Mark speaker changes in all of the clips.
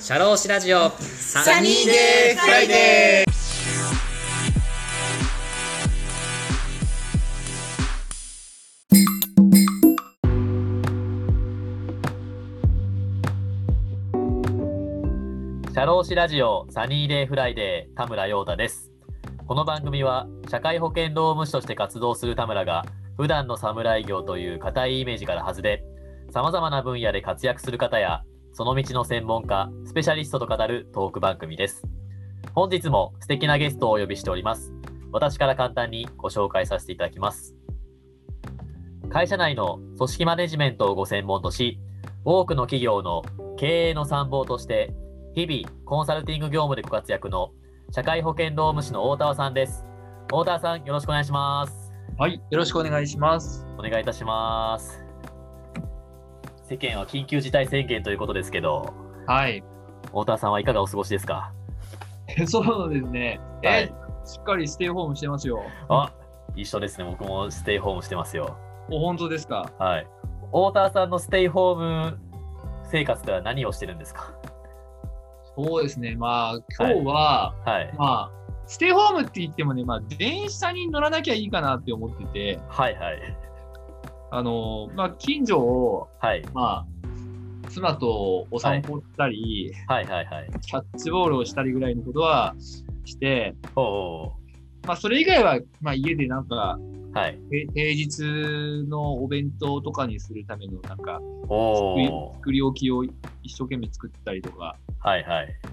Speaker 1: シャローシラジオサ
Speaker 2: ニーデーフライデ
Speaker 1: ー
Speaker 3: シャローシラジオサニーデイフライデー田村陽太ですこの番組は社会保険労務士として活動する田村が普段の侍業という固いイメージから外れ様々な分野で活躍する方やその道の専門家スペシャリストと語るトーク番組です本日も素敵なゲストをお呼びしております私から簡単にご紹介させていただきます会社内の組織マネジメントをご専門とし多くの企業の経営の参謀として日々コンサルティング業務でご活躍の社会保険労務士の大田さんです大田さんよろしくお願いします
Speaker 2: はい、よろしくお願いします。
Speaker 3: お願いいたします世間は緊急事態宣言ということですけど
Speaker 2: はい。
Speaker 3: 大田さんはいかがお過ごしですか
Speaker 2: そうですね。え、
Speaker 3: はい
Speaker 2: しっかりステイホームしてますよ。
Speaker 3: あ一緒ですね僕もステイホームしてますよ
Speaker 2: お、本当ですか
Speaker 3: はい大田さんのステイホーム生活では何をしてるんですか
Speaker 2: そうですね。まあ、今日は、
Speaker 3: はい
Speaker 2: まあ、ステイホームって言ってもね、まあ、電車に乗らなきゃいいかなって思ってて、
Speaker 3: はいはい
Speaker 2: あの、まあ、近所を、
Speaker 3: はい
Speaker 2: まあ、妻とお散歩したり、
Speaker 3: はいはいはい
Speaker 2: キャッチボールをしたりぐらいのことはして、
Speaker 3: おお
Speaker 2: まあ、それ以外は、まあ、家でなんか、
Speaker 3: ーはい
Speaker 2: へ平日のお弁当とかにするための、なんか、
Speaker 3: おお
Speaker 2: 作り置きを一生懸命作ったりとか、
Speaker 3: はいはい
Speaker 2: こ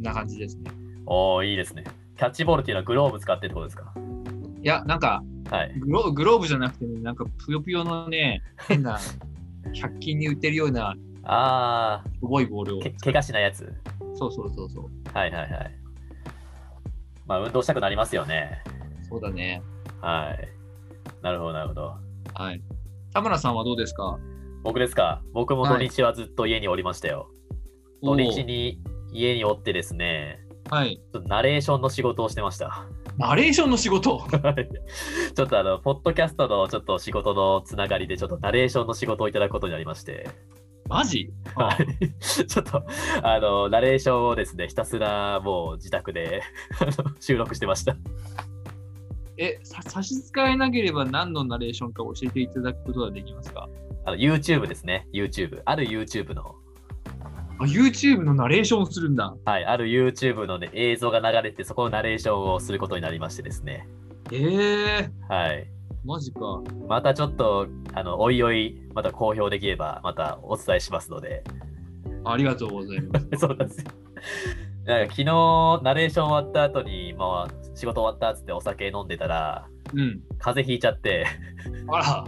Speaker 2: んな感じですね。
Speaker 3: おおいいですねキャッチボールっていうのはグローブ使ってってことですか
Speaker 2: いや、なんか
Speaker 3: はい
Speaker 2: グロ、グローブじゃなくてね、なんか、ぷよぷよのね、変な、100均に売ってるような、
Speaker 3: ああ
Speaker 2: 重いボールを。
Speaker 3: け怪我しないやつ
Speaker 2: そうそうそうそう。
Speaker 3: はいはいはいまあ運動したくなりますよね
Speaker 2: そうだね。
Speaker 3: はいなるほどなるほど
Speaker 2: はい。田村さんはどうですか
Speaker 3: 僕ですか僕も土日はずっと家におりましたよ、土
Speaker 2: お
Speaker 3: 日
Speaker 2: ー
Speaker 3: に家におってですね
Speaker 2: はい。
Speaker 3: ちょっとナレーションの仕事をしてました。
Speaker 2: ナレーションの仕事
Speaker 3: はいちょっとあの、ポッドキャストのちょっと仕事のつながりで、ちょっとナレーションの仕事をいただくことになりまして、
Speaker 2: マジ
Speaker 3: はい ちょっと、あの、ナレーションをですね、ひたすらもう自宅で あの収録してました。
Speaker 2: え、さ差し支えなければ何のナレーションか教えていただくことはできますか
Speaker 3: あの YouTube ですね、YouTube。ある YouTube の、
Speaker 2: あ、YouTube のナレーションをするんだ。
Speaker 3: はい、ある YouTube の、ね、映像が流れて、そこのナレーションをすることになりましてですね。
Speaker 2: ええー、
Speaker 3: はい。
Speaker 2: マジか。
Speaker 3: またちょっと、あの、おいおい、また公表できれば、またお伝えしますので。
Speaker 2: ありがとうございます。
Speaker 3: そうなんですよ。なんか昨日、ナレーション終わった後に、まあ、仕事終わったっつってお酒飲んでたら、
Speaker 2: うん。
Speaker 3: 風邪ひいちゃって、
Speaker 2: あら。
Speaker 3: やっ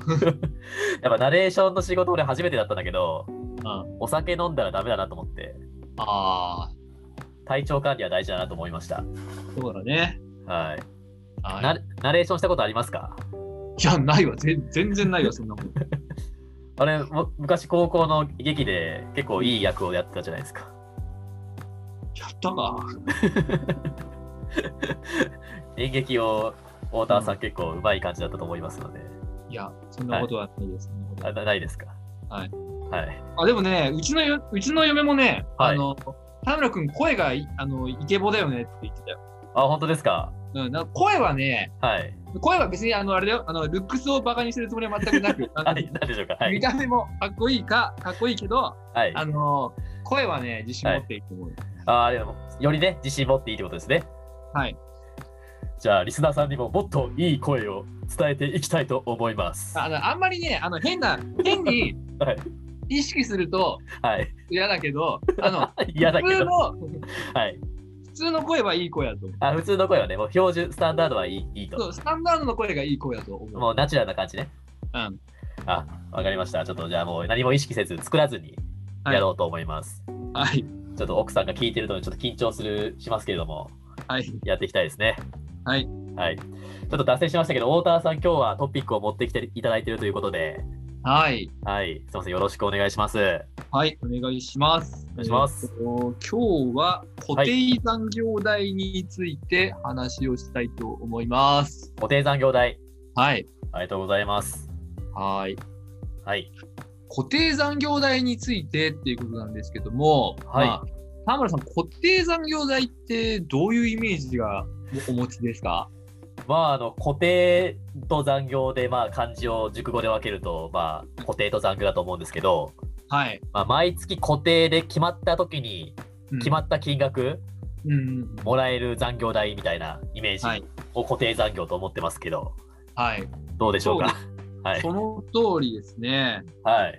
Speaker 3: ぱナレーションの仕事俺初めてだったんだけど、
Speaker 2: あ
Speaker 3: お酒飲んだらダメだなと思って、
Speaker 2: あ
Speaker 3: 体調管理は大事だなと思いました。
Speaker 2: ー、そうだね。
Speaker 3: はい。
Speaker 2: はい
Speaker 3: なナレーションしたことありますか
Speaker 2: いや、ないわ。ぜ全然ないわ、そんなもん。
Speaker 3: あれ、も昔高校の劇で結構いい役をやってたじゃないですか。
Speaker 2: やったか。
Speaker 3: 演劇を太田さ
Speaker 2: うん
Speaker 3: ん結構うまい感じだったと思いますので、
Speaker 2: いや、そんなことはないです。そんなことは
Speaker 3: あなないですか
Speaker 2: はい。
Speaker 3: はい。
Speaker 2: あ、でもね、うちのよ、うちの嫁もね、
Speaker 3: はい
Speaker 2: あの、田村君、声がい、あの、イケボだよねって言ってたよ。
Speaker 3: あ、本当ですか
Speaker 2: うん、なんか声はね、
Speaker 3: はい。
Speaker 2: 声は別に、あの、あれだよ、あの、ルックスをバカにするつもりは全く なく、あの
Speaker 3: はい、なんでしょうか。は
Speaker 2: 見
Speaker 3: い。
Speaker 2: た目もかっこいいか、かっこいいけど、
Speaker 3: はい、
Speaker 2: あの、声はね、自信持っていいと思う。
Speaker 3: ああ、でも、よりね、自信持っていいってことですね。
Speaker 2: はい。
Speaker 3: じゃあ、リスナーさんにももっといい声を伝えていきたいと思います。
Speaker 2: あの、あんまりね、あの、変な、変に
Speaker 3: はい、
Speaker 2: 意識すると
Speaker 3: はい。
Speaker 2: 嫌だけど、あの、
Speaker 3: 嫌だけ
Speaker 2: 普通
Speaker 3: ど、
Speaker 2: の、
Speaker 3: はい。
Speaker 2: 普通の声はいい声だと思。
Speaker 3: あ普通の声はね、もう標準、スタンダードはいいいいう
Speaker 2: そ
Speaker 3: と。
Speaker 2: う、スタンダードの声がいい声だと思う。
Speaker 3: もうナチュラルな感じね。
Speaker 2: うん。
Speaker 3: あ、わかりました。ちょっとじゃあもう何も意識せず、作らずにやろうと思います。
Speaker 2: はい。
Speaker 3: ちょっと奥さんが聞いてるので、ちょっと緊張する、しますけれども、
Speaker 2: はい。
Speaker 3: やっていきたいですね。
Speaker 2: はい。
Speaker 3: はい。ちょっと脱線しましたけど、太田さん、今日はトピックを持ってきていただいているということで、
Speaker 2: はい。
Speaker 3: はい。すみません、よろしくお願いします。
Speaker 2: はい。お願いします。
Speaker 3: お願いします
Speaker 2: えーと今日は固定残業代について話をしたいと思います。
Speaker 3: 固定残業代、
Speaker 2: はい。
Speaker 3: ありがとうございます。
Speaker 2: はい。
Speaker 3: はい。
Speaker 2: 固定残業代についてっていうことなんですけども、
Speaker 3: はい
Speaker 2: まあ田村さん、固定残業代ってどういうイメージがお持ちですか
Speaker 3: まあ、あの固定と残業で、まあ、漢字を熟語で分けると、まあ、固定と残業だと思うんですけど、
Speaker 2: はい。
Speaker 3: まあ、毎月固定で決まった時に決ま
Speaker 2: っ
Speaker 3: った金額
Speaker 2: うんうん。
Speaker 3: もらえる残業代みたいなイメー
Speaker 2: はい
Speaker 3: ジを固定残業と思ってますけど、
Speaker 2: はい。
Speaker 3: どうでしょうか。はい、
Speaker 2: その通りですね。
Speaker 3: はい、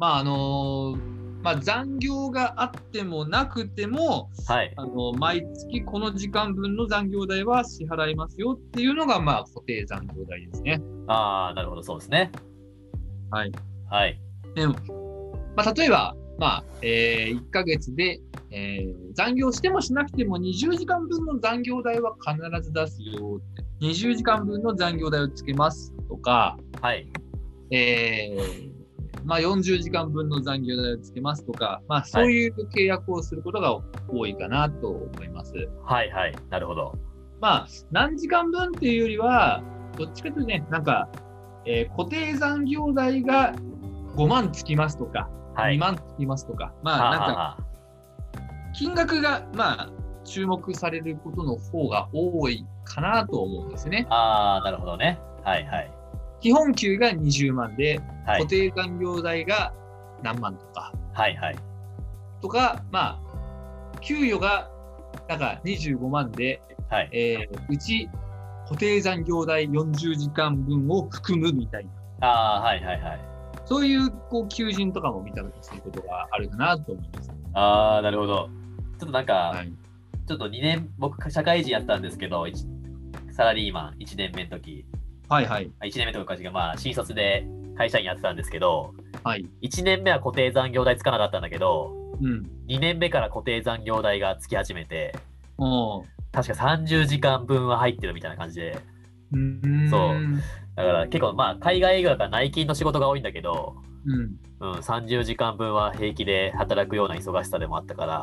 Speaker 2: まああのまあ、残業があってもなくても、
Speaker 3: はい、
Speaker 2: あの毎月この時間分の残業代は支払いますよっていうのが、まあ、固定残業代ですね。
Speaker 3: ああ、なるほど、そうですね。
Speaker 2: はい、
Speaker 3: はい、
Speaker 2: まあ、例えば、まあえ1ヶ月で、えー残業してもしなくても20時間分の残業代は必ず出すよって20時間分の残業代をつけますとか、
Speaker 3: はい、
Speaker 2: えーまあ、40時間分の残業代をつけますとか、まあ、そういう契約をすることが多いかなと思います。
Speaker 3: はい、はい、なるほど。
Speaker 2: まあ、何時間分っていうよりは、どっちかというとね、なんか、えー固定残業代が5万つきますとか、
Speaker 3: はい、
Speaker 2: 2
Speaker 3: は
Speaker 2: 万つきますとか、
Speaker 3: あ
Speaker 2: まあ、なんか、
Speaker 3: は
Speaker 2: 金額が、まあ、注目されることの方が多いかなと思うんですね。
Speaker 3: あはああー、なるほどね。はい、はい、
Speaker 2: 基本給が20万で、
Speaker 3: は
Speaker 2: 固
Speaker 3: い、
Speaker 2: 定残業代が何万とか、
Speaker 3: はい、はい、
Speaker 2: とか、まあ、給与がなんか25万で、
Speaker 3: はい、
Speaker 2: えーうち固定残業代40時間分を含むみたいな、
Speaker 3: ああ、はい、はい、はい。
Speaker 2: そういうこう求人とかも見たりすることがあるかなと思います。
Speaker 3: ああ、なるほど。ちょっとなんか、
Speaker 2: はい、
Speaker 3: ちょっと2年、僕、社会人やったんですけど、一サラリーマン1年目の時
Speaker 2: はい、はい、
Speaker 3: 1年目とかがまあ、新卒で会社員やってたんですけど、
Speaker 2: はい。
Speaker 3: 1年目は固定残業代つかなかったんだけど、
Speaker 2: うん。
Speaker 3: 2年目から固定残業代がつき始めて、
Speaker 2: おう
Speaker 3: 確か30時間分は入ってるみたいな感じで、
Speaker 2: うーん。
Speaker 3: そう
Speaker 2: うん。
Speaker 3: だから結構まあ、海外営業だから内勤の仕事が多いんだけど、うん、30時間分は平気で働くような忙しさでもあったから、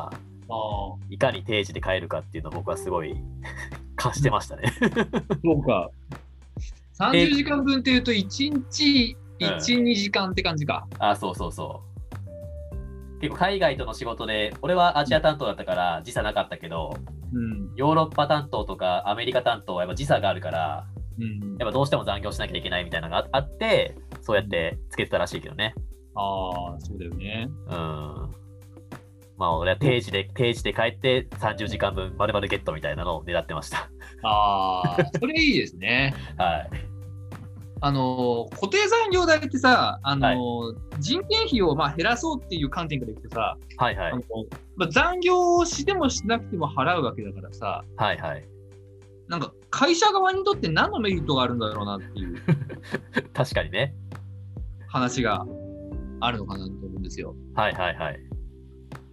Speaker 2: ああ。
Speaker 3: いかに定時で帰るかっていうのを僕はすごい 貸してましたね。
Speaker 2: そうか。30時間分っていうと、1日1、2時間って感じか。
Speaker 3: あ、そうそうそう。結構海外との仕事で、俺はアジア担当だったから時差なかったけど、
Speaker 2: うん。
Speaker 3: ヨーロッパ担当とかアメリカ担当はやっぱ時差があるから、
Speaker 2: うん。
Speaker 3: やっぱどうしても残業しなきゃいけないみたいなのがああって、そうやってつけてたらしいけどね。
Speaker 2: ああ、そうだよね。
Speaker 3: うん。まあ俺は定時で、定時で帰って30時間分丸々ゲットみたいなのを狙ってました。
Speaker 2: ああ、それいいですね。
Speaker 3: はい。
Speaker 2: あのー固定残業代ってさ、あのー人件費をまあ減らそうっていう観点からいくとさ、
Speaker 3: はいはい
Speaker 2: あ。のまあ、残業をしてもしなくても払うわけだからさ、
Speaker 3: はいはい。
Speaker 2: なんか会社側にとって何のメリットがあるんだろうなっていう
Speaker 3: 確かにね。
Speaker 2: 話があるのかなと思うんですよ。
Speaker 3: はいはいはい。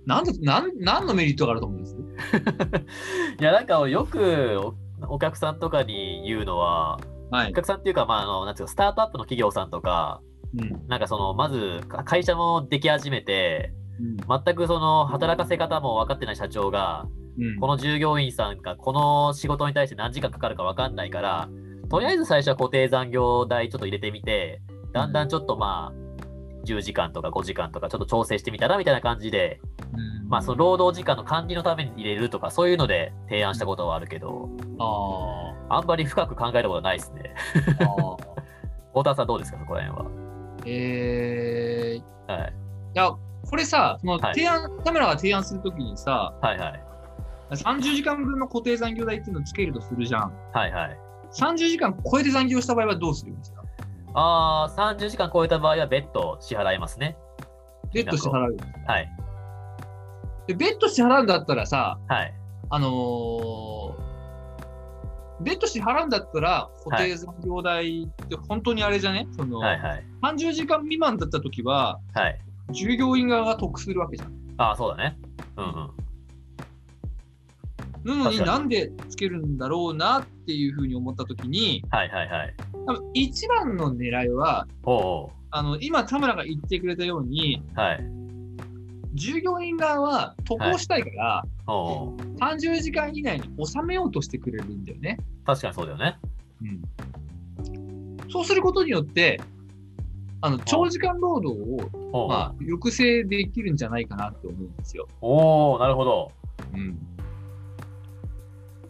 Speaker 2: なんで、なん何のメリットがあると思います
Speaker 3: いやなんかよくおお客さんとかに言うのは、
Speaker 2: はい
Speaker 3: お。客さんっていうか、まあ、あのなんていうかスタートアップの企業さんとか、
Speaker 2: うん。
Speaker 3: なんかそのまずか会社もでき始めて、
Speaker 2: うん
Speaker 3: 全くその働かせ方も分かってない社長が、
Speaker 2: うん
Speaker 3: この従業員さんがこの仕事に対して何時間かかるか分かんないから、とりあえず最初は固定残業代ちょっと入れてみて、だんだんちょっとまあ、10時間とか5時間とかちょっと調整してみたらみたいな感じで、
Speaker 2: うん
Speaker 3: まあその労働時間の管理のために入れるとかそういうので提案したことはあるけど、
Speaker 2: あ
Speaker 3: あんまり深く考えたことないですね。
Speaker 2: ーあー。
Speaker 3: 太田さんどうですかそこら辺は。
Speaker 2: えー、い
Speaker 3: はい。
Speaker 2: や、これさ、その
Speaker 3: はい
Speaker 2: 提案、田村が提案するときにさ、
Speaker 3: はいはい。
Speaker 2: 30時間分の固定残業代っていうのをつけるとするじゃん。
Speaker 3: はいはい。
Speaker 2: 30時間超えて残業した場合はどうするんですか
Speaker 3: ああ、30時間超えた場合は別途支払いますね。
Speaker 2: ベッド支払う。
Speaker 3: はい。
Speaker 2: で、ベッド支払うんだったらさ、
Speaker 3: はい。
Speaker 2: あのー、ベッド支払うんだったら固定残業代って本当にあれじゃね、その、
Speaker 3: はいはい。
Speaker 2: 30時間未満だったときは、
Speaker 3: はい。
Speaker 2: 従業員側が得するわけじゃん。
Speaker 3: ああ、そうだね。うんうん。
Speaker 2: なの
Speaker 3: 確
Speaker 2: に
Speaker 3: かに
Speaker 2: なんでつけるんだろうなっていうふうに思ったときに、
Speaker 3: はいはいはい。
Speaker 2: 多分一番の狙いは、
Speaker 3: おうお
Speaker 2: あの、今田村が言ってくれたように、
Speaker 3: う。はい。
Speaker 2: 従業員側は渡航したいから、
Speaker 3: おうおう。
Speaker 2: 30時間以内に収めようとしてくれるんだよね。
Speaker 3: 確かにそうだよね。
Speaker 2: そうすることによって、あの長時間労働を、
Speaker 3: おう
Speaker 2: まあ、抑制できるんじゃないかなと思うんですよ。
Speaker 3: おーなるほど。
Speaker 2: うん、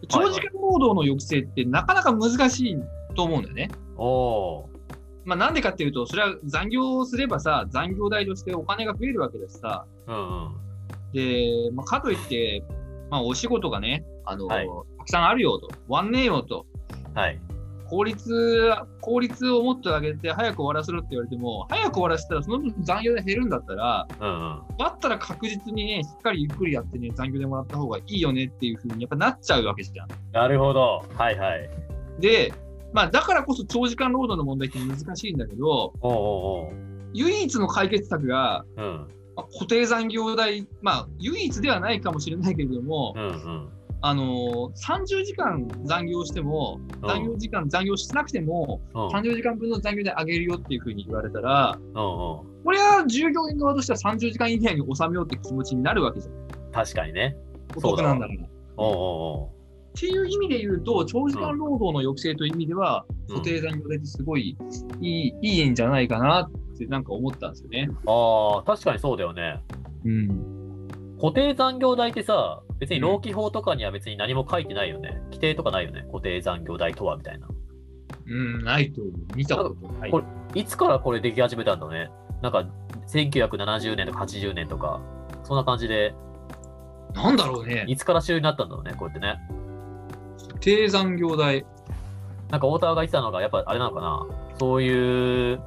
Speaker 2: 長時間労働の抑制ってなかなか難しいと思うんだよね。
Speaker 3: おお
Speaker 2: まあ、なんでかっていうと、それは残業をすればさ、残業代としてお金が増えるわけだしさ、
Speaker 3: ーうんうん。
Speaker 2: で、まあ、かといって、まあ、お仕事がね、あの、
Speaker 3: はい
Speaker 2: たくさんあるよと、終わんねえよと、
Speaker 3: はい。
Speaker 2: 効率、効率をもっと上げて早く終わらせろって言われても、早く終わらせたらその分残業で減るんだったら、
Speaker 3: うんうん。
Speaker 2: だったら確実にね、しっかりゆっくりやってね、残業でもらった方がいいよねっていうふうにやっぱなっちゃうわけじゃん。
Speaker 3: なるほど。はいはい。
Speaker 2: で、まあだからこそ長時間労働の問題って難しいんだけど、
Speaker 3: おうおうおう。
Speaker 2: 唯一の解決策が、
Speaker 3: うん
Speaker 2: まあ固定残業代、まあ唯一ではないかもしれないけれども、
Speaker 3: うんうん。
Speaker 2: あのー30時間残業しても、
Speaker 3: うん
Speaker 2: 残業時間残業しなくても、
Speaker 3: うん
Speaker 2: 30時間分の残業代上げるよっていうふうに言われたら、
Speaker 3: うんうん。
Speaker 2: これは従業員側としては30時間以内に収めようって気持ちになるわけじゃん。
Speaker 3: 確かにね。
Speaker 2: お
Speaker 3: そう
Speaker 2: 得
Speaker 3: だ
Speaker 2: な
Speaker 3: わ
Speaker 2: んだから。っ
Speaker 3: おうお
Speaker 2: ていう意味で言うと、長時間労働の抑制という意味では、
Speaker 3: うおう。
Speaker 2: 固定残業代ってすごいいい,、いいんじゃないかなってなんか思ったんですよね。
Speaker 3: ああ、確かにそうだよね。
Speaker 2: うん。
Speaker 3: 固定残業代ってさ、別に労基法とかには別に何も書いてないよね。規定とかないよね。固定残業代とはみたいな。
Speaker 2: うん、ないと思う。見たことない。
Speaker 3: こいつからこれでき始めたんだね。なんか、1970年とか80年とか、そんな感じで、
Speaker 2: なんだろうね。
Speaker 3: いつから主流になったんだろうね、こうやってね。
Speaker 2: 固定残業代。
Speaker 3: なんか、太田が言ってたのが、やっぱあれなのかな。そういう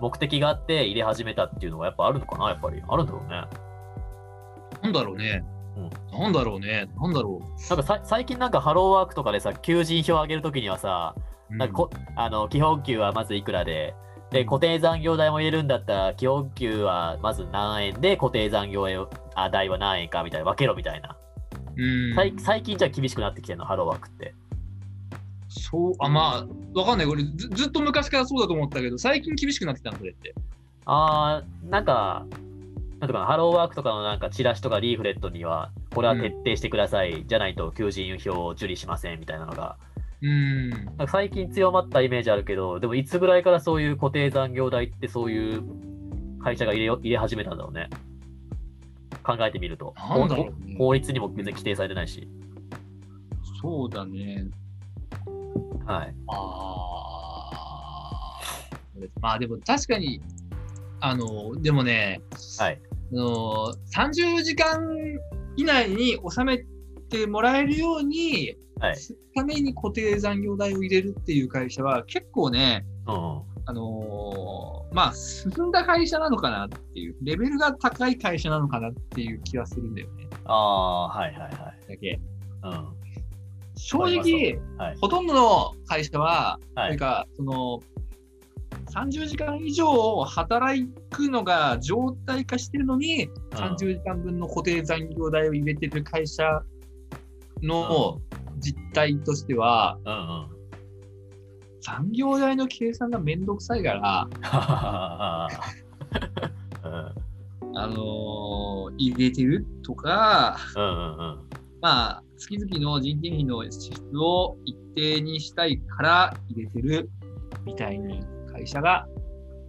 Speaker 3: 目的があって入れ始めたっていうのがやっぱあるのかな、やっぱり。あるんだろうね。
Speaker 2: なんだろうね。なんだろうね。なんだろ
Speaker 3: なんかさ最近なんかハローワークとかでさ、求人票上げるときにはさ、
Speaker 2: う。
Speaker 3: なんかこあの基本給はまずいくらで、で固定残業代も入れるんだったら、基本給はまず何円で、固定残業あ代は何円かみたいな、分けろみたいな。
Speaker 2: うん
Speaker 3: さい最近じゃあ厳しくなってきてるの、ハローワークって。
Speaker 2: そう、あ、まあ、わかんない。俺ず、ずっと昔からそうだと思ったけど、最近厳しくなってきたの、それって。
Speaker 3: あー、なんか、なんとかなハローワークとかのなんかチラシとかリーフレットには、これは徹底してください、じゃないと求人票を受理しませんみたいなのが、
Speaker 2: うん。
Speaker 3: なんか最近強まったイメージあるけど、でもいつぐらいからそういう固定残業代ってそういう会社が入れよ入れ始めたんだろうね。考えてみると。
Speaker 2: なんだろう
Speaker 3: 法
Speaker 2: ね。
Speaker 3: 法律にも別に規定されてないし。
Speaker 2: そうだね。
Speaker 3: はい。
Speaker 2: あーまあ、でも確かに、あの、でもね、
Speaker 3: はい。
Speaker 2: あの30時間以内に収めてもらえるように、
Speaker 3: はい。
Speaker 2: するために固定残業代を入れるっていう会社は、結構ね、
Speaker 3: うんうん。
Speaker 2: あのーまあ、進んだ会社なのかなっていう、レベルが高い会社なのかなっていう気はするんだよね。
Speaker 3: ああー、はいはい
Speaker 2: だけ
Speaker 3: はい。
Speaker 2: 正
Speaker 3: わかり
Speaker 2: 直、
Speaker 3: はい
Speaker 2: ほとんどの会社は、
Speaker 3: うん。は
Speaker 2: という
Speaker 3: い。
Speaker 2: か、その、30時間以上働くのが常態化してるのに、30時間分の固定残業代を入れてる会社の実態としては、
Speaker 3: うんうん。
Speaker 2: 残業代の計算がめんどくさいから、
Speaker 3: あーうん
Speaker 2: あのー入れてるとか、
Speaker 3: うんうんうん。
Speaker 2: まあ、月々の人件費の支出を一定にしたいから入れてるみたいな会社が、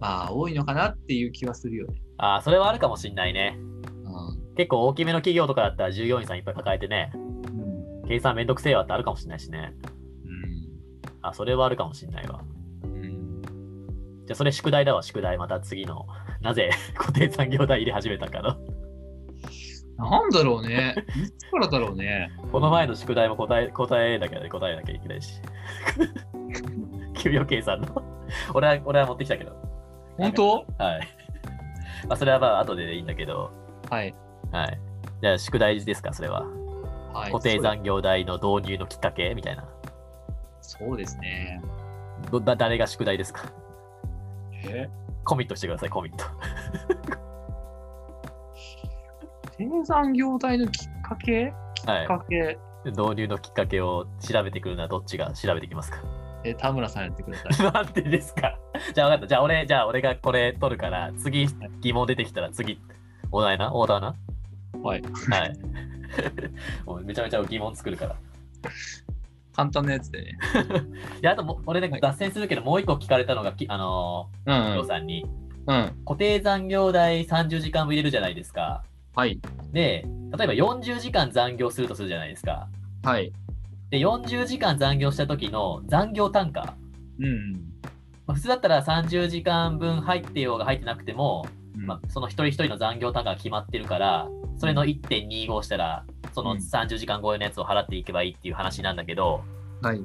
Speaker 2: まあ、多いのかなっていう気はするよね。
Speaker 3: ああ、それはあるかもしんないね。
Speaker 2: う
Speaker 3: 結構大きめの企業とかだったら従業員さんいっぱい抱えてね、
Speaker 2: ん。うん。
Speaker 3: 計算めんどくせえわってあるかもしんないしね。あ、それはあるかもしんないわ。
Speaker 2: うん。
Speaker 3: じゃあそれ宿題だわ、宿題。また次の。なぜ固定産業代入れ始めたかの。
Speaker 2: なんだろうね。いつからだろうね。
Speaker 3: この前の宿題も答え、答えだけど、答えなきゃいけないし。 給与計算の。俺は、俺は持ってきたけど。
Speaker 2: 本当
Speaker 3: はい。まあ、それはまあ、後でいいんだけど。
Speaker 2: はい。
Speaker 3: はい。じゃあ、宿題ですか、それは。
Speaker 2: はい。
Speaker 3: 固定残業代の導入のきっかけみたいな。
Speaker 2: そうですね。
Speaker 3: どだ誰が宿題ですか
Speaker 2: え
Speaker 3: コミットしてください、コミット。
Speaker 2: 生産業態のきっかけ
Speaker 3: は
Speaker 2: きっ
Speaker 3: い。
Speaker 2: かけ。
Speaker 3: 導入のきっかけを調べてくるのはどっちが調べてきますか
Speaker 2: え、田村さんやってくださ い。
Speaker 3: なんでですかじゃあ分かった。じゃあ俺、じゃあ俺がこれ取るから、次疑問出てきたら次、お題な、オーダーな。
Speaker 2: はい。
Speaker 3: はい。 もうめちゃめちゃ疑問作るから。
Speaker 2: 簡単なやつでね。
Speaker 3: で、あともう、俺なんか脱線するけど、もう一個聞かれたのが、きあの
Speaker 2: う
Speaker 3: ー、りょ
Speaker 2: ん
Speaker 3: う。さんに、
Speaker 2: うん。
Speaker 3: 固定残業代30時間分入れるじゃないですか。
Speaker 2: はい。
Speaker 3: で、例えば40時間残業するとするじゃないですか。
Speaker 2: はい。
Speaker 3: で、40時間残業した時の残業単価。
Speaker 2: うん。
Speaker 3: まあ普通だったら30時間分入ってようが入ってなくても、まあ、その一人一人の残業単価が決まってるから、それの1.25したら、その
Speaker 2: うん
Speaker 3: 30時間超えのやつを払っていけばいいっていう話なんだけど、
Speaker 2: はい。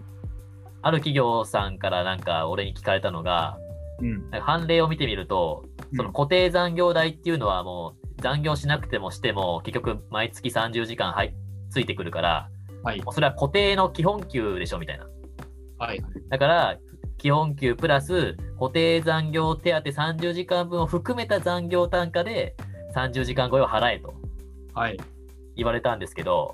Speaker 3: ある企業さんからなんか俺に聞かれたのが、
Speaker 2: うん。
Speaker 3: なんか判例を見てみると、その固定残業代っていうのはもう残業しなくてもしても結局毎月30時間はいついてくるから、
Speaker 2: はい
Speaker 3: もうそれは固定の基本給でしょみたいな。
Speaker 2: はい。
Speaker 3: だから基本給プラス固定残業手当30時間分を含めた残業単価で30時間超えを払えと
Speaker 2: はい。
Speaker 3: 言われたんですけど、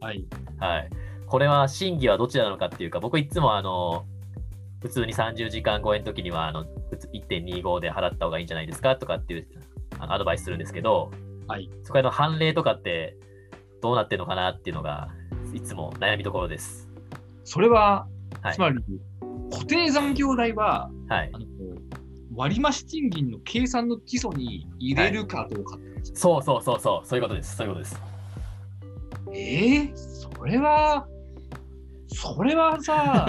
Speaker 2: はい。
Speaker 3: はい、これは真偽はどちらなのかっていうか僕いつもあの普通に30時間超えの時にはあの普通1.25で払った方がいいんじゃないですかとかっていうあのアドバイスするんですけど、
Speaker 2: はい、
Speaker 3: そこへの判例とかってどうなってるのかなっていうのがいつも悩みどころです。
Speaker 2: それは、
Speaker 3: はい
Speaker 2: つまり、固定残業代は、
Speaker 3: はい
Speaker 2: あ、の割増賃金の計算の基礎に入れるかどうかって話
Speaker 3: そうそうそうそうそういうことですそういうことです。
Speaker 2: えー、それは、それは さ、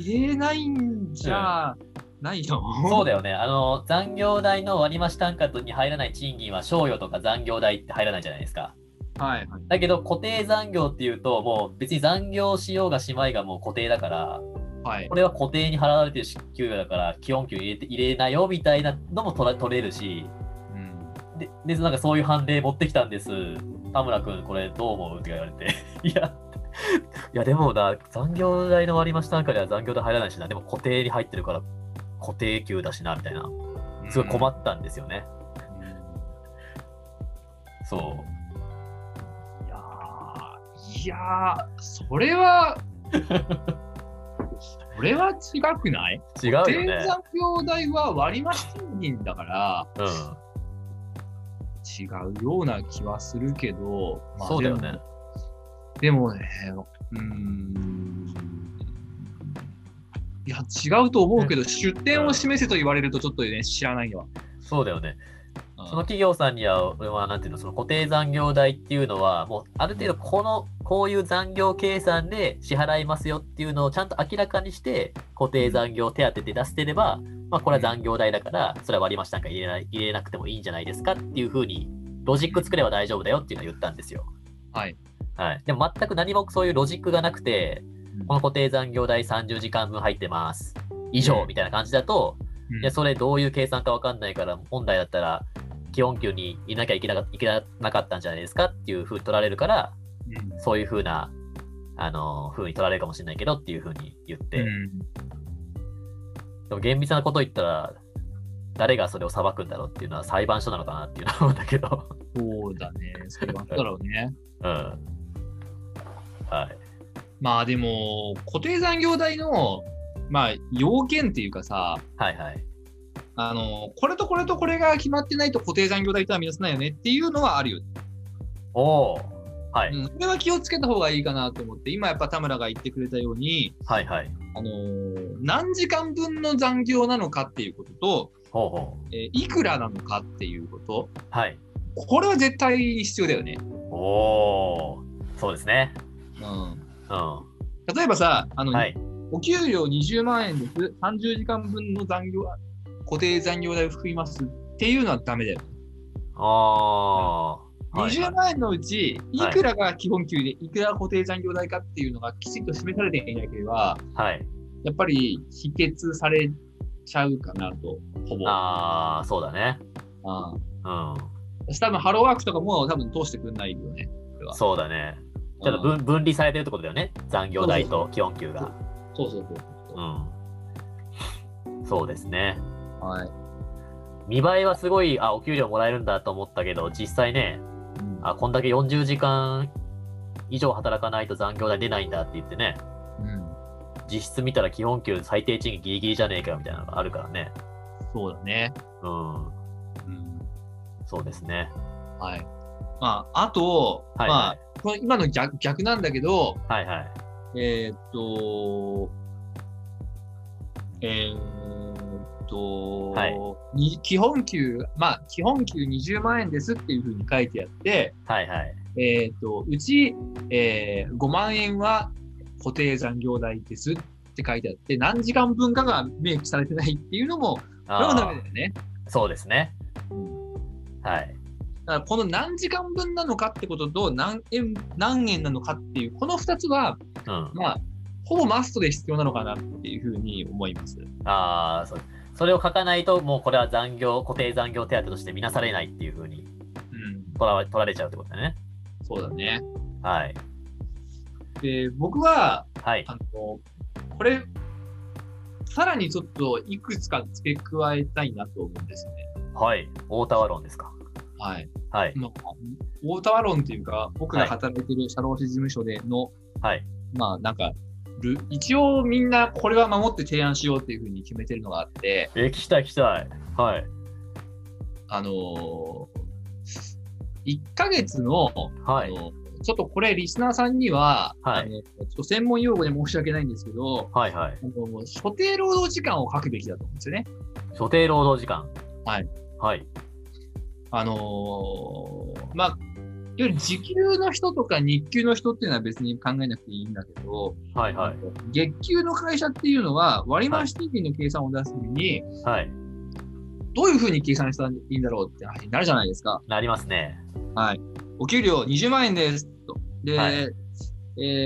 Speaker 2: 入れないんじゃないの
Speaker 3: そうだよねあの残業代の割増単価に入らない賃金は賞与とか残業代って入らないじゃないですか。
Speaker 2: はいはい。
Speaker 3: だけど固定残業っていうともう別に残業しようがしまいがもう固定だから
Speaker 2: はい。
Speaker 3: これは固定に払われてる支給与だから基本給入れて入れなよみたいなのも取ら取れるし
Speaker 2: うん
Speaker 3: ででなんかそういう判例持ってきたんです田村君これどう思うって言われていやいやでもな残業代の割り増し単価では残業代入らないしなでも固定に入ってるから固定給だしなみたいなすごい困ったんですよね、そう
Speaker 2: いやー、いやーそ れは、それは違くない
Speaker 3: 違うよ
Speaker 2: 定
Speaker 3: ね、
Speaker 2: 残業代は割増賃金だから
Speaker 3: うん、
Speaker 2: 違うような気はするけど、まあ
Speaker 3: そうだよね、
Speaker 2: でもでもね、うーん。いや、違うと思うけど、出店を示せと言われるとちょっとね、知らないわ。
Speaker 3: そうだよね。
Speaker 2: うん
Speaker 3: その企業さんには、俺はなんていうの、その固定残業代っていうのは、もうある程度、この、こういう残業計算で支払いますよっていうのをちゃんと明らかにして、固定残業手当で出してれば、まあ、これは残業代だから、それは割り増しなんか入れない入れなくてもいいんじゃないですかっていうふうに、ロジック作れば大丈夫だよっていうのは言ったんですよ。
Speaker 2: はい。
Speaker 3: はい。でも全く何もそういうロジックがなくて、この固定残業代30時間分入ってます。以上みたいな感じだと、
Speaker 2: うん
Speaker 3: いや、それどういう計算かわかんないから、本来だったら、基本給にいなきゃいけなかいけなかったんじゃないですかっていうふうに取られるから、
Speaker 2: うん
Speaker 3: そういうふうな、あのー、ふうに取られるかもしれないけどっていうふうに言って、
Speaker 2: うん
Speaker 3: でも厳密なこと言ったら、誰がそれを裁くんだろうっていうのは裁判所なのかなっていうのは思うんだけど、
Speaker 2: そうだね。それはだろうね。
Speaker 3: うん。はい。
Speaker 2: まあでも、固定残業代の、まあ、要件っていうかさ、
Speaker 3: はいはい。
Speaker 2: あの、これとこれとこれが決まってないと固定残業代とは見なせないよねっていうのはあるよ。
Speaker 3: おおはい、
Speaker 2: うん、それは気をつけた方がいいかなと思って、今やっぱ田村が言ってくれたように、
Speaker 3: はいはい。
Speaker 2: あのー何時間分の残業なのかっていうことと、
Speaker 3: ほうほう。
Speaker 2: えーいくらなのかっていうこと、
Speaker 3: はい。
Speaker 2: これは絶対必要だよね。
Speaker 3: おおそうですね。
Speaker 2: うん、
Speaker 3: うん。
Speaker 2: 例えばさ、あの、
Speaker 3: はい。
Speaker 2: お給料20万円です、30時間分の残業、固定残業代を含みますっていうのはダメだよ。
Speaker 3: ああー。はいはい
Speaker 2: 20万円のうち、い
Speaker 3: はい
Speaker 2: くらが基本給で、いくら固定残業代かっていうのがきちんと示されていなければ、
Speaker 3: はい。
Speaker 2: やっぱり否決されちゃうかなと、ほぼ。
Speaker 3: ああ、そうだね。
Speaker 2: あ
Speaker 3: うん。
Speaker 2: 多分ハローワークとかも多分通してくんないよね。
Speaker 3: そうだね。ちょっと
Speaker 2: うん
Speaker 3: 分分離されてるってことだよね。残業代
Speaker 2: そう
Speaker 3: と基本給が。
Speaker 2: そうそうそうう。
Speaker 3: ん。そうですね。
Speaker 2: はい。
Speaker 3: 見栄えはすごい、あ、お給料もらえるんだと思ったけど、実際ね、あ、こんだけ40時間以上働かないと残業代出ないんだって言ってね、
Speaker 2: うん、
Speaker 3: 実質見たら基本給最低賃金ギリギリじゃねえかよみたいなのがあるからね。
Speaker 2: そうだね。
Speaker 3: うん。
Speaker 2: うん、
Speaker 3: そうですね。
Speaker 2: はい。まあ、あと、
Speaker 3: はい、
Speaker 2: まあ、この今の逆逆なんだけど、
Speaker 3: はい。はいはい。
Speaker 2: えーっと、えーと、
Speaker 3: はい
Speaker 2: に基本給、まあ、基本給20万円ですっていうふうに書いてあって、
Speaker 3: はいはい。
Speaker 2: えっとうち、えー5万円は固定残業代ですって書いてあって、何時間分かが明記されてないっていうのも、これもダメだよね。
Speaker 3: ーそうですね。はい。
Speaker 2: だからこの何時間分なのかってことと何円何円なのかっていうこの2つは、
Speaker 3: うん。
Speaker 2: まあ、ほぼマストで必要なのかなっていうふうに思います。
Speaker 3: ああ、そう。それを書かないと、もうこれは残業、固定残業手当として見なされないっていうふうに
Speaker 2: うん、
Speaker 3: 取ら取られちゃうってことだね。
Speaker 2: そうだね。
Speaker 3: はい。
Speaker 2: で僕は
Speaker 3: はい。
Speaker 2: あのこれさらにちょっといくつか付け加えたいなと思うんですよね。
Speaker 3: はい。大田和論ですか。
Speaker 2: はい。
Speaker 3: はい。
Speaker 2: まあ、大田和論というか僕が働いてる社労士事務所での、
Speaker 3: はい。
Speaker 2: まあなんかル一応みんなこれは守って提案しようっていうふうに決めてるのがあって。
Speaker 3: え、聞きたい聞きたい。はい。
Speaker 2: あのー、1ヶ月の、
Speaker 3: は
Speaker 2: あ
Speaker 3: い。
Speaker 2: のちょっとこれ、リスナーさんには、
Speaker 3: はい
Speaker 2: あのちょっと専門用語で申し訳ないんですけど、
Speaker 3: はいはい。
Speaker 2: あの所定労働時間を書くべきだと思うんですよね。
Speaker 3: 所定労働時間。
Speaker 2: はい。
Speaker 3: はい。
Speaker 2: あのーまあ、いわゆる時給の人とか日給の人っていうのは別に考えなくていいんだけど、
Speaker 3: はいは
Speaker 2: 月給の会社っていうのは割増定金の計算を出すのに、
Speaker 3: い。はい。
Speaker 2: どういうふうに計算したらいいんだろうって話になるじゃないですか。
Speaker 3: なりますね。
Speaker 2: はい。お給料20万円です。とで、
Speaker 3: はい
Speaker 2: え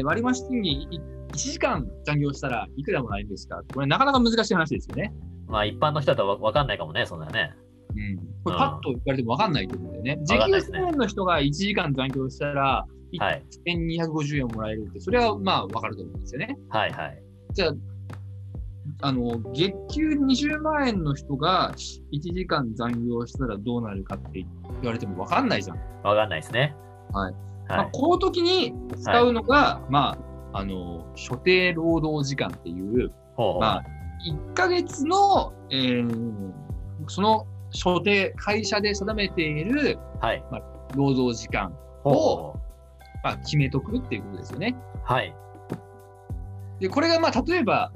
Speaker 2: ー割増賃金い1時間残業したらいくらもらえるんですかこれなかなか難しい話ですよね。
Speaker 3: まあ一般の人だとわわかんないかもね、そんなね。
Speaker 2: うん。これパッと言われても分かんないと思うんだよね。時
Speaker 3: わかんないです
Speaker 2: 給
Speaker 3: ね
Speaker 2: 1000円の人が1時間残業したらい
Speaker 3: はい。
Speaker 2: 1250円もらえるって、それはまあ分かると思うんですよね。
Speaker 3: はいはい。
Speaker 2: じゃあ、あの、月給20万円の人が1時間残業したらどうなるかって言われても分かんないじゃん。
Speaker 3: わかんないですね。
Speaker 2: はい。ま
Speaker 3: は
Speaker 2: あ、
Speaker 3: い。
Speaker 2: この時に使うのが、まあ、あの、所定労働時間っていう、
Speaker 3: ほうほう。
Speaker 2: まあ、1ヶ月の、えーその所定、会社で定めている
Speaker 3: はい。
Speaker 2: 労働時間、
Speaker 3: ほうほ
Speaker 2: まあ、決めとくっていうことですよね。
Speaker 3: う。はい。
Speaker 2: で、これが、まあ、例えば、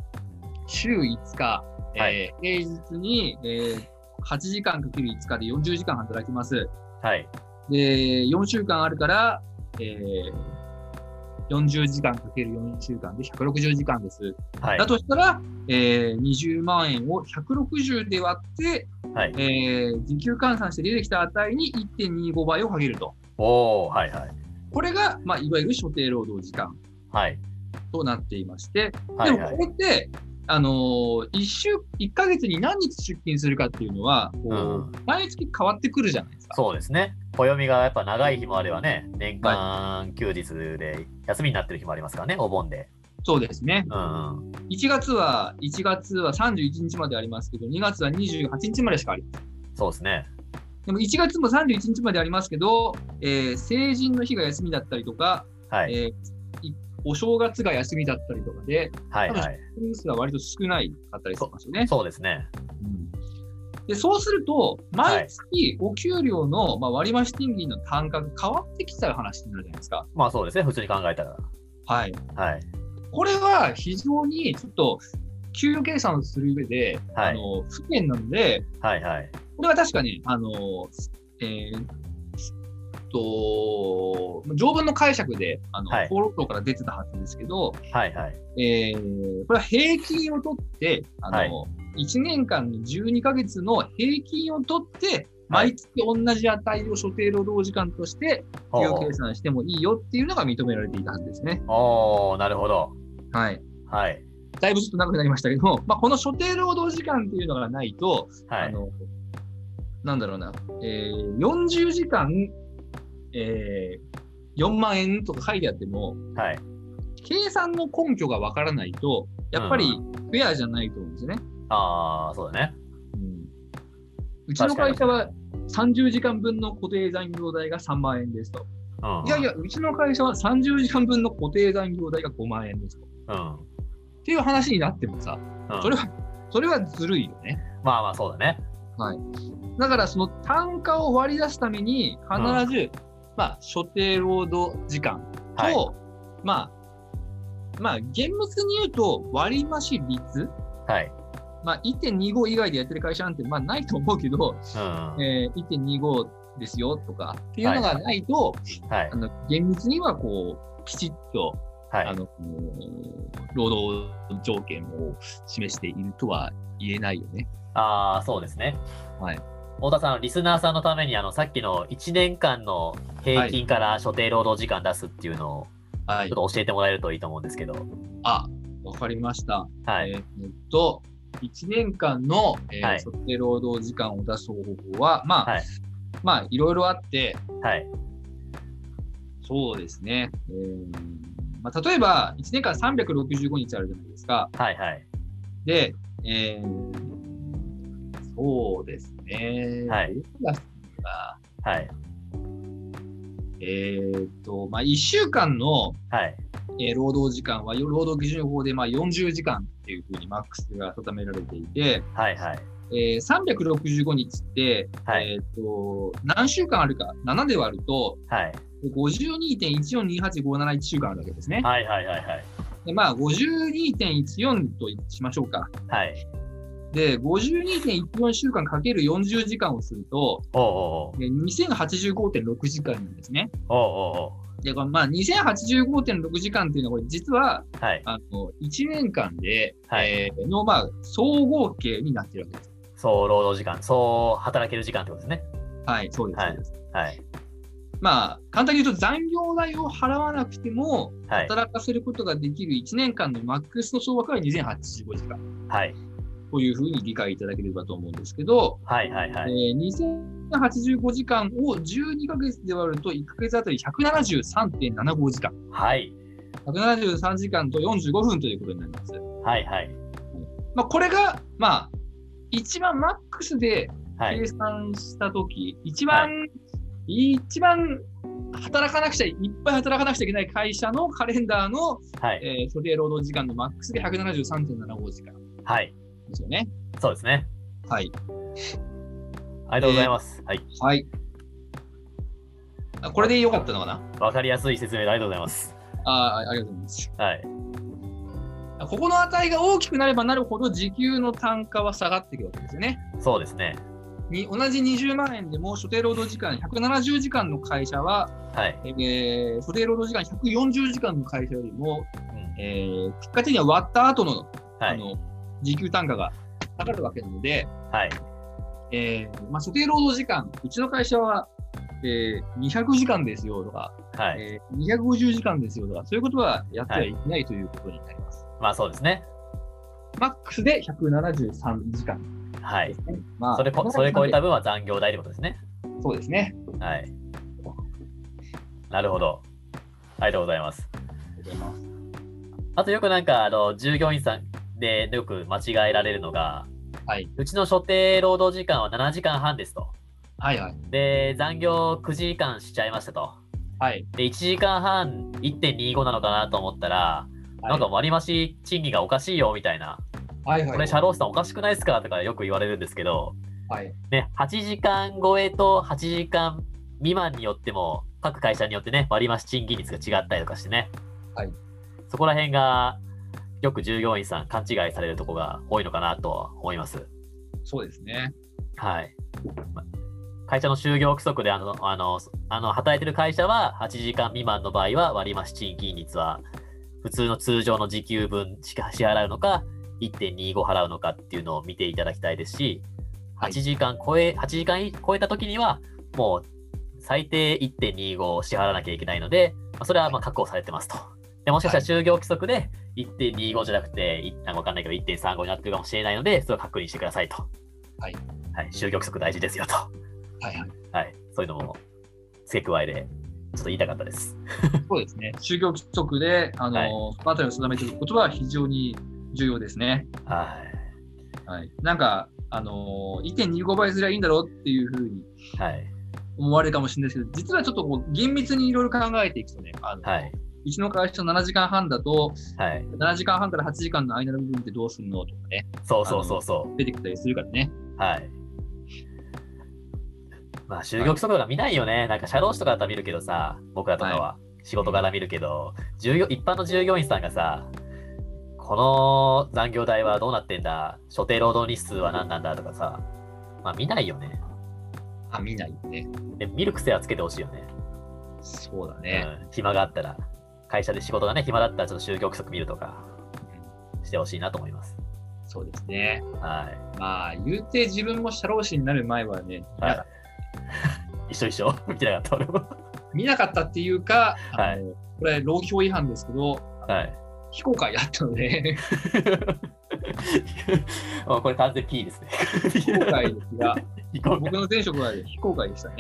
Speaker 2: 週5日、えー
Speaker 3: はい
Speaker 2: 平日に、えー8時間かける5日で40時間働きます。
Speaker 3: はい。
Speaker 2: で、4週間あるから、えー40時間かける4週間で160時間です。
Speaker 3: はい
Speaker 2: だ。としたら、えー20万円を160で割って、
Speaker 3: はい
Speaker 2: えー時給換算して出てきた値に1.25倍をかけると。
Speaker 3: おおはいはい。
Speaker 2: これが、まあ、いわゆる所定労働時間
Speaker 3: はい。
Speaker 2: となっていまして、
Speaker 3: はいは
Speaker 2: で
Speaker 3: い
Speaker 2: も。これって、あのー、1週、1ヶ月に何日出勤するかっていうのは、こう
Speaker 3: うん
Speaker 2: 毎月変わってくるじゃないですか。
Speaker 3: そうですね。暦がやっぱ長い日もあればね、年間休日で休みになってる日もありますからね、お盆で。
Speaker 2: そうですね。
Speaker 3: うんうん。
Speaker 2: 1月は1月は31日までありますけど、2月は28日までしかありません。
Speaker 3: そうですね。
Speaker 2: でも1月も31日までありますけど、えー成人の日が休みだったりとか、
Speaker 3: はい。
Speaker 2: えーいお正月が休みだったりとかで、
Speaker 3: はいはい。
Speaker 2: ニュースが割と少ないかったりしますよね。
Speaker 3: そうですね。
Speaker 2: うんでそうすると、毎月お給料の、まあ、割増賃金の単価が変わってきちゃう話になるじゃないですか。
Speaker 3: まあそうですね。普通に考えたら。
Speaker 2: はい、
Speaker 3: はい。
Speaker 2: これは非常にちょっと給与計算をする上で、
Speaker 3: はい
Speaker 2: あの不便なので、
Speaker 3: はいはい。
Speaker 2: これは確かに、あのえーと、条文の解釈で、あの、
Speaker 3: はい
Speaker 2: 厚労省から出てたはずですけど、
Speaker 3: はいはい。
Speaker 2: えーこれは平均を取って、あの、
Speaker 3: はい
Speaker 2: 1年間の12ヶ月の平均を取って、
Speaker 3: はい
Speaker 2: 毎月同じ値を所定労働時間として、給
Speaker 3: ほう
Speaker 2: 与
Speaker 3: ほ
Speaker 2: 計算してもいいよっていうのが認められていたはずですね。
Speaker 3: うおーなるほど。
Speaker 2: はい。
Speaker 3: はい。
Speaker 2: だいぶちょっと長くなりましたけど、まあ、この所定労働時間っていうのがないと、
Speaker 3: は
Speaker 2: あ
Speaker 3: い。
Speaker 2: の、なんだろうな、えー、40時間、えー、4万円とか書いてあっても、
Speaker 3: はい。
Speaker 2: 計算の根拠がわからないと、やっぱりフェアじゃないと思うんですよね。
Speaker 3: ああ、そうだね。
Speaker 2: うんうちの会社は30時間分の固定残業代が3万円ですと。
Speaker 3: うん。
Speaker 2: いやいや、うちの会社は30時間分の固定残業代が5万円ですと。っ
Speaker 3: うん。
Speaker 2: ていう話になってもさ、
Speaker 3: うん。
Speaker 2: それは、それはずるいよね。
Speaker 3: まあまあそうだね。
Speaker 2: だからその単価を割り出すために必ず、まあ所定労働時間と、
Speaker 3: はい。
Speaker 2: まあまあ厳密に言うと割増率
Speaker 3: はい。
Speaker 2: まあ、1.25以外でやってる会社なんて、まあ、ないと思うけど、
Speaker 3: うん。
Speaker 2: えー1.25ですよとかっていうのがないと、
Speaker 3: はい
Speaker 2: あ。の厳密にはこうきちっと、
Speaker 3: はい
Speaker 2: あ。の労働条件を示しているとは言えないよね。
Speaker 3: ああ、そうですね。
Speaker 2: はい。
Speaker 3: 太田さん、リスナーさんのために、あの、さっきの1年間の平均から所定労働時間出すっていうのを、
Speaker 2: は
Speaker 3: ち
Speaker 2: い、
Speaker 3: ょっと教えてもらえるといいと思うんですけど。
Speaker 2: あわかりました。
Speaker 3: はい。
Speaker 2: えーっと1年間の、えー
Speaker 3: はい
Speaker 2: 測定労働時間を出す方法は、まあ、
Speaker 3: はい
Speaker 2: まあ、いろいろあって、
Speaker 3: はい。
Speaker 2: そうですね。えーまあ、例えば、1年間365日あるじゃないですか。
Speaker 3: はい。はい。
Speaker 2: で、えーそうですね。
Speaker 3: はい
Speaker 2: どうだっけな
Speaker 3: はい。
Speaker 2: えーっと、まあ、1週間の、
Speaker 3: はい。
Speaker 2: えー労働時間は、よ労働基準法で、まあ、40時間っていうふうにマックスが定められていて、
Speaker 3: はい。はい。
Speaker 2: えー365日って、
Speaker 3: はい。
Speaker 2: えーっと、何週間あるか、7で割ると、
Speaker 3: はい。
Speaker 2: 52.142857 1週間あるわけですね。
Speaker 3: はい。はい。はい。はい。
Speaker 2: で、まあ、52.14としましょうか。
Speaker 3: はい。
Speaker 2: で、52.14週間かける40時間をすると、
Speaker 3: おうおう
Speaker 2: えー2085.6時間なんですね。
Speaker 3: おう。おうおうお
Speaker 2: で、このまあ、2085.6時間っていうのは、これ実は、
Speaker 3: う。はい。
Speaker 2: あの、1年間で、
Speaker 3: はい
Speaker 2: えーの、まあ、総合計になってるわけです。
Speaker 3: そう、労働時間。そう、働ける時間ってことですね。
Speaker 2: はい、そうです。
Speaker 3: はい
Speaker 2: そうです
Speaker 3: はい。
Speaker 2: まあ、簡単に言うと、残業代を払わなくても、
Speaker 3: はい。
Speaker 2: 働かせることができる1年間のマックスの総額は2085時間
Speaker 3: はい。
Speaker 2: というふうに理解いただければと思うんですけど、
Speaker 3: はい。はい。はい。
Speaker 2: えー2085時間を12ヶ月で割ると、1ヶ月あたり173.75時間。
Speaker 3: はい。
Speaker 2: 173時間と45分ということになります。
Speaker 3: はい。はい。
Speaker 2: まあ、これが、まあ、一番マックスで
Speaker 3: はい
Speaker 2: 計。算したとき、一番、一番働かなくちゃい、いっぱい働かなくちゃいけない会社のカレンダーの、
Speaker 3: はい。
Speaker 2: えー、所定労働時間のマックスで173.75時間
Speaker 3: はい。
Speaker 2: ですよね。
Speaker 3: そうですね。
Speaker 2: はい。
Speaker 3: ありがとうございます。はい。
Speaker 2: はい。あこれで良かったのかな
Speaker 3: わかりやすい説明でありがとうございます。
Speaker 2: あーありがとうございます。
Speaker 3: はい。
Speaker 2: ここの値が大きくなればなるほど時給の単価は下がっていくわけですよね。
Speaker 3: そうですね。
Speaker 2: に同じ20万円でも所定労働時間170時間の会社は、
Speaker 3: はい。
Speaker 2: えー所定労働時間140時間の会社よりも、
Speaker 3: うん
Speaker 2: えー結果的には割った後の,、
Speaker 3: は
Speaker 2: あ
Speaker 3: い。
Speaker 2: の時給単価が下がるわけなので、
Speaker 3: はい。
Speaker 2: えーまあ、所定労働時間、うちの会社は、えー200時間ですよとか、
Speaker 3: はい。
Speaker 2: えー250時間ですよとか、そういうことはやってはいけないということになります。
Speaker 3: まあそうですね。
Speaker 2: マックスで173時間
Speaker 3: はい
Speaker 2: で。すね。まあ
Speaker 3: それこそれ超えた分は残業代ってことですね。
Speaker 2: そうですね。
Speaker 3: はい。なるほど。ありがとうございます。あとよくなんか、あの、従業員さんでよく間違えられるのが、
Speaker 2: はい。
Speaker 3: うちの所定労働時間は7時間半ですと。
Speaker 2: はいはい。
Speaker 3: で、残業9時間しちゃいましたと。
Speaker 2: はい。
Speaker 3: で、1時間半1.25なのかなと思ったら、なんか割増賃金がおかしいよみたいな、
Speaker 2: はいは
Speaker 3: これ、社労士さんおかしくないですかとかよく言われるんですけど、
Speaker 2: はい。
Speaker 3: ね、8時間超えと8時間未満によっても、各会社によってね、割増賃金率が違ったりとかしてね、
Speaker 2: はい
Speaker 3: そこら辺がよく従業員さん勘違いされるとこが多いのかなとは思います。
Speaker 2: そうですね。
Speaker 3: はい。ま会社の就業規則であのあのあの働いてる会社は8時間未満の場合は割増賃金率は普通の通常の時給分しか支払うのか1.25払うのかっていうのを見ていただきたいですし
Speaker 2: はい
Speaker 3: 8時間超え8時間超えた時にはもう最低1.25を支払わなきゃいけないので、まあそれはまあ確保されてますと。でもしかしたら就業規則で1.25じゃなくて、いなんかわかんないけど1.35になってるかもしれないので、それを確認してくださいと。
Speaker 2: はい。
Speaker 3: はい、就業規則大事ですよと。
Speaker 2: はいはい。
Speaker 3: はい、そういうのも付け加えで、ちょっと言いたかったです。
Speaker 2: そうですね。就業規則で、あの、
Speaker 3: はい
Speaker 2: そのあたりを定めていくことは非常に重要ですね。
Speaker 3: は
Speaker 2: はい。なんか、あの、1.25倍すりゃいいんだろうっていうふうに
Speaker 3: い。はい。
Speaker 2: 思われるかもしれないですけど、実はちょっとこう厳密にいろいろ考えていくとね、あの、
Speaker 3: はい。
Speaker 2: うちの会社7時間半だと、
Speaker 3: はい。
Speaker 2: 7時間半から8時間の間の部分ってどうするのとかね、
Speaker 3: そうそうそうそ
Speaker 2: 出てきたりするからね。
Speaker 3: う。はい。まあ、就業規則とか見ないよね。なんか、社労士とかだったら見るけどさ、僕らとかは仕事柄見るけど、従業一般の従業員さんがさ、ここの残業代はどうなってんだ所定労働日数は何なんだとかさ、まあ見ないよね。
Speaker 2: あ、見ないよね。
Speaker 3: で見る癖はつけてほしいよね。
Speaker 2: そうだね。
Speaker 3: うん、暇があったら、会社で仕事がね、暇だったらちょっと就業規則見るとかしてほしいなと思います。
Speaker 2: そうですね。
Speaker 3: は
Speaker 2: まあ、言うて自分も社労士になる前はね、
Speaker 3: い。はい、一緒一緒。 見てなかった俺も。
Speaker 2: 見なかったっていうか、
Speaker 3: はい
Speaker 2: あのこれ、労基法違反ですけど、
Speaker 3: はい。
Speaker 2: 非公開だったので、
Speaker 3: もうこれ完全 P ですね。
Speaker 2: 非公開ですが、
Speaker 3: 非公開
Speaker 2: 僕の前職は非公開でしたね。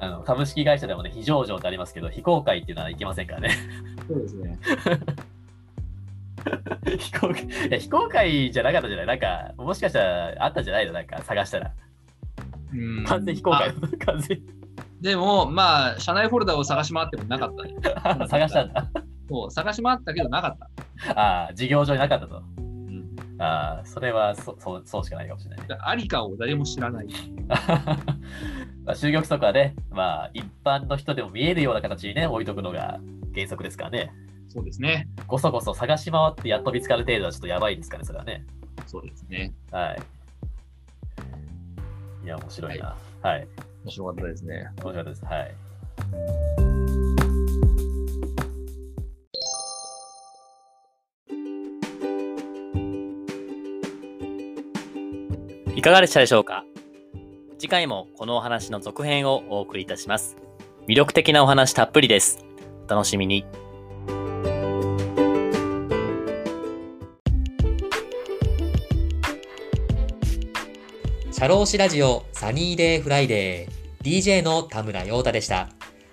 Speaker 3: あの株式会社でもね、非上場ってありますけど、非公開っていうのはいけませんからね。
Speaker 2: そうですね。
Speaker 3: 非公開いや非公開じゃなかったじゃないなんか、もしかしたらあったんじゃないのなんか探したら。
Speaker 2: うん
Speaker 3: 完全非公開
Speaker 2: あ。
Speaker 3: 完全
Speaker 2: でも、まあ、社内フォルダを探し回ってもなかったね。
Speaker 3: あ探したんだ。
Speaker 2: そう、探し回ったけどなかった。
Speaker 3: ああ、事業上になかったと。
Speaker 2: うん
Speaker 3: ああ、それはそそうそうしかないかもしれないね。
Speaker 2: ありかを誰も知らない。
Speaker 3: まあ、就業規則はね、まあ、一般の人でも見えるような形にね、置いとくのが原則ですからね。
Speaker 2: そうですね。
Speaker 3: ごそごそ探し回ってやっと見つかる程度はちょっとやばいですからね、それはね。
Speaker 2: そうですね。
Speaker 3: はい。いや、面白いな。はい。
Speaker 2: 面白かったですね。
Speaker 3: 面白かったです。はい。
Speaker 1: いかがでしたでしょうか次回もこのお話の続編をお送りいたします。魅力的なお話たっぷりです。お楽しみに。社労士ラジオサニーデイフライデー DJ の田村陽太でした。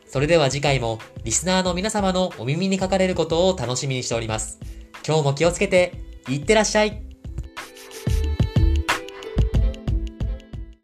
Speaker 1: それでは次回もリスナーの皆様のお耳にかかれることを楽しみにしております。今日も気をつけていってらっしゃい。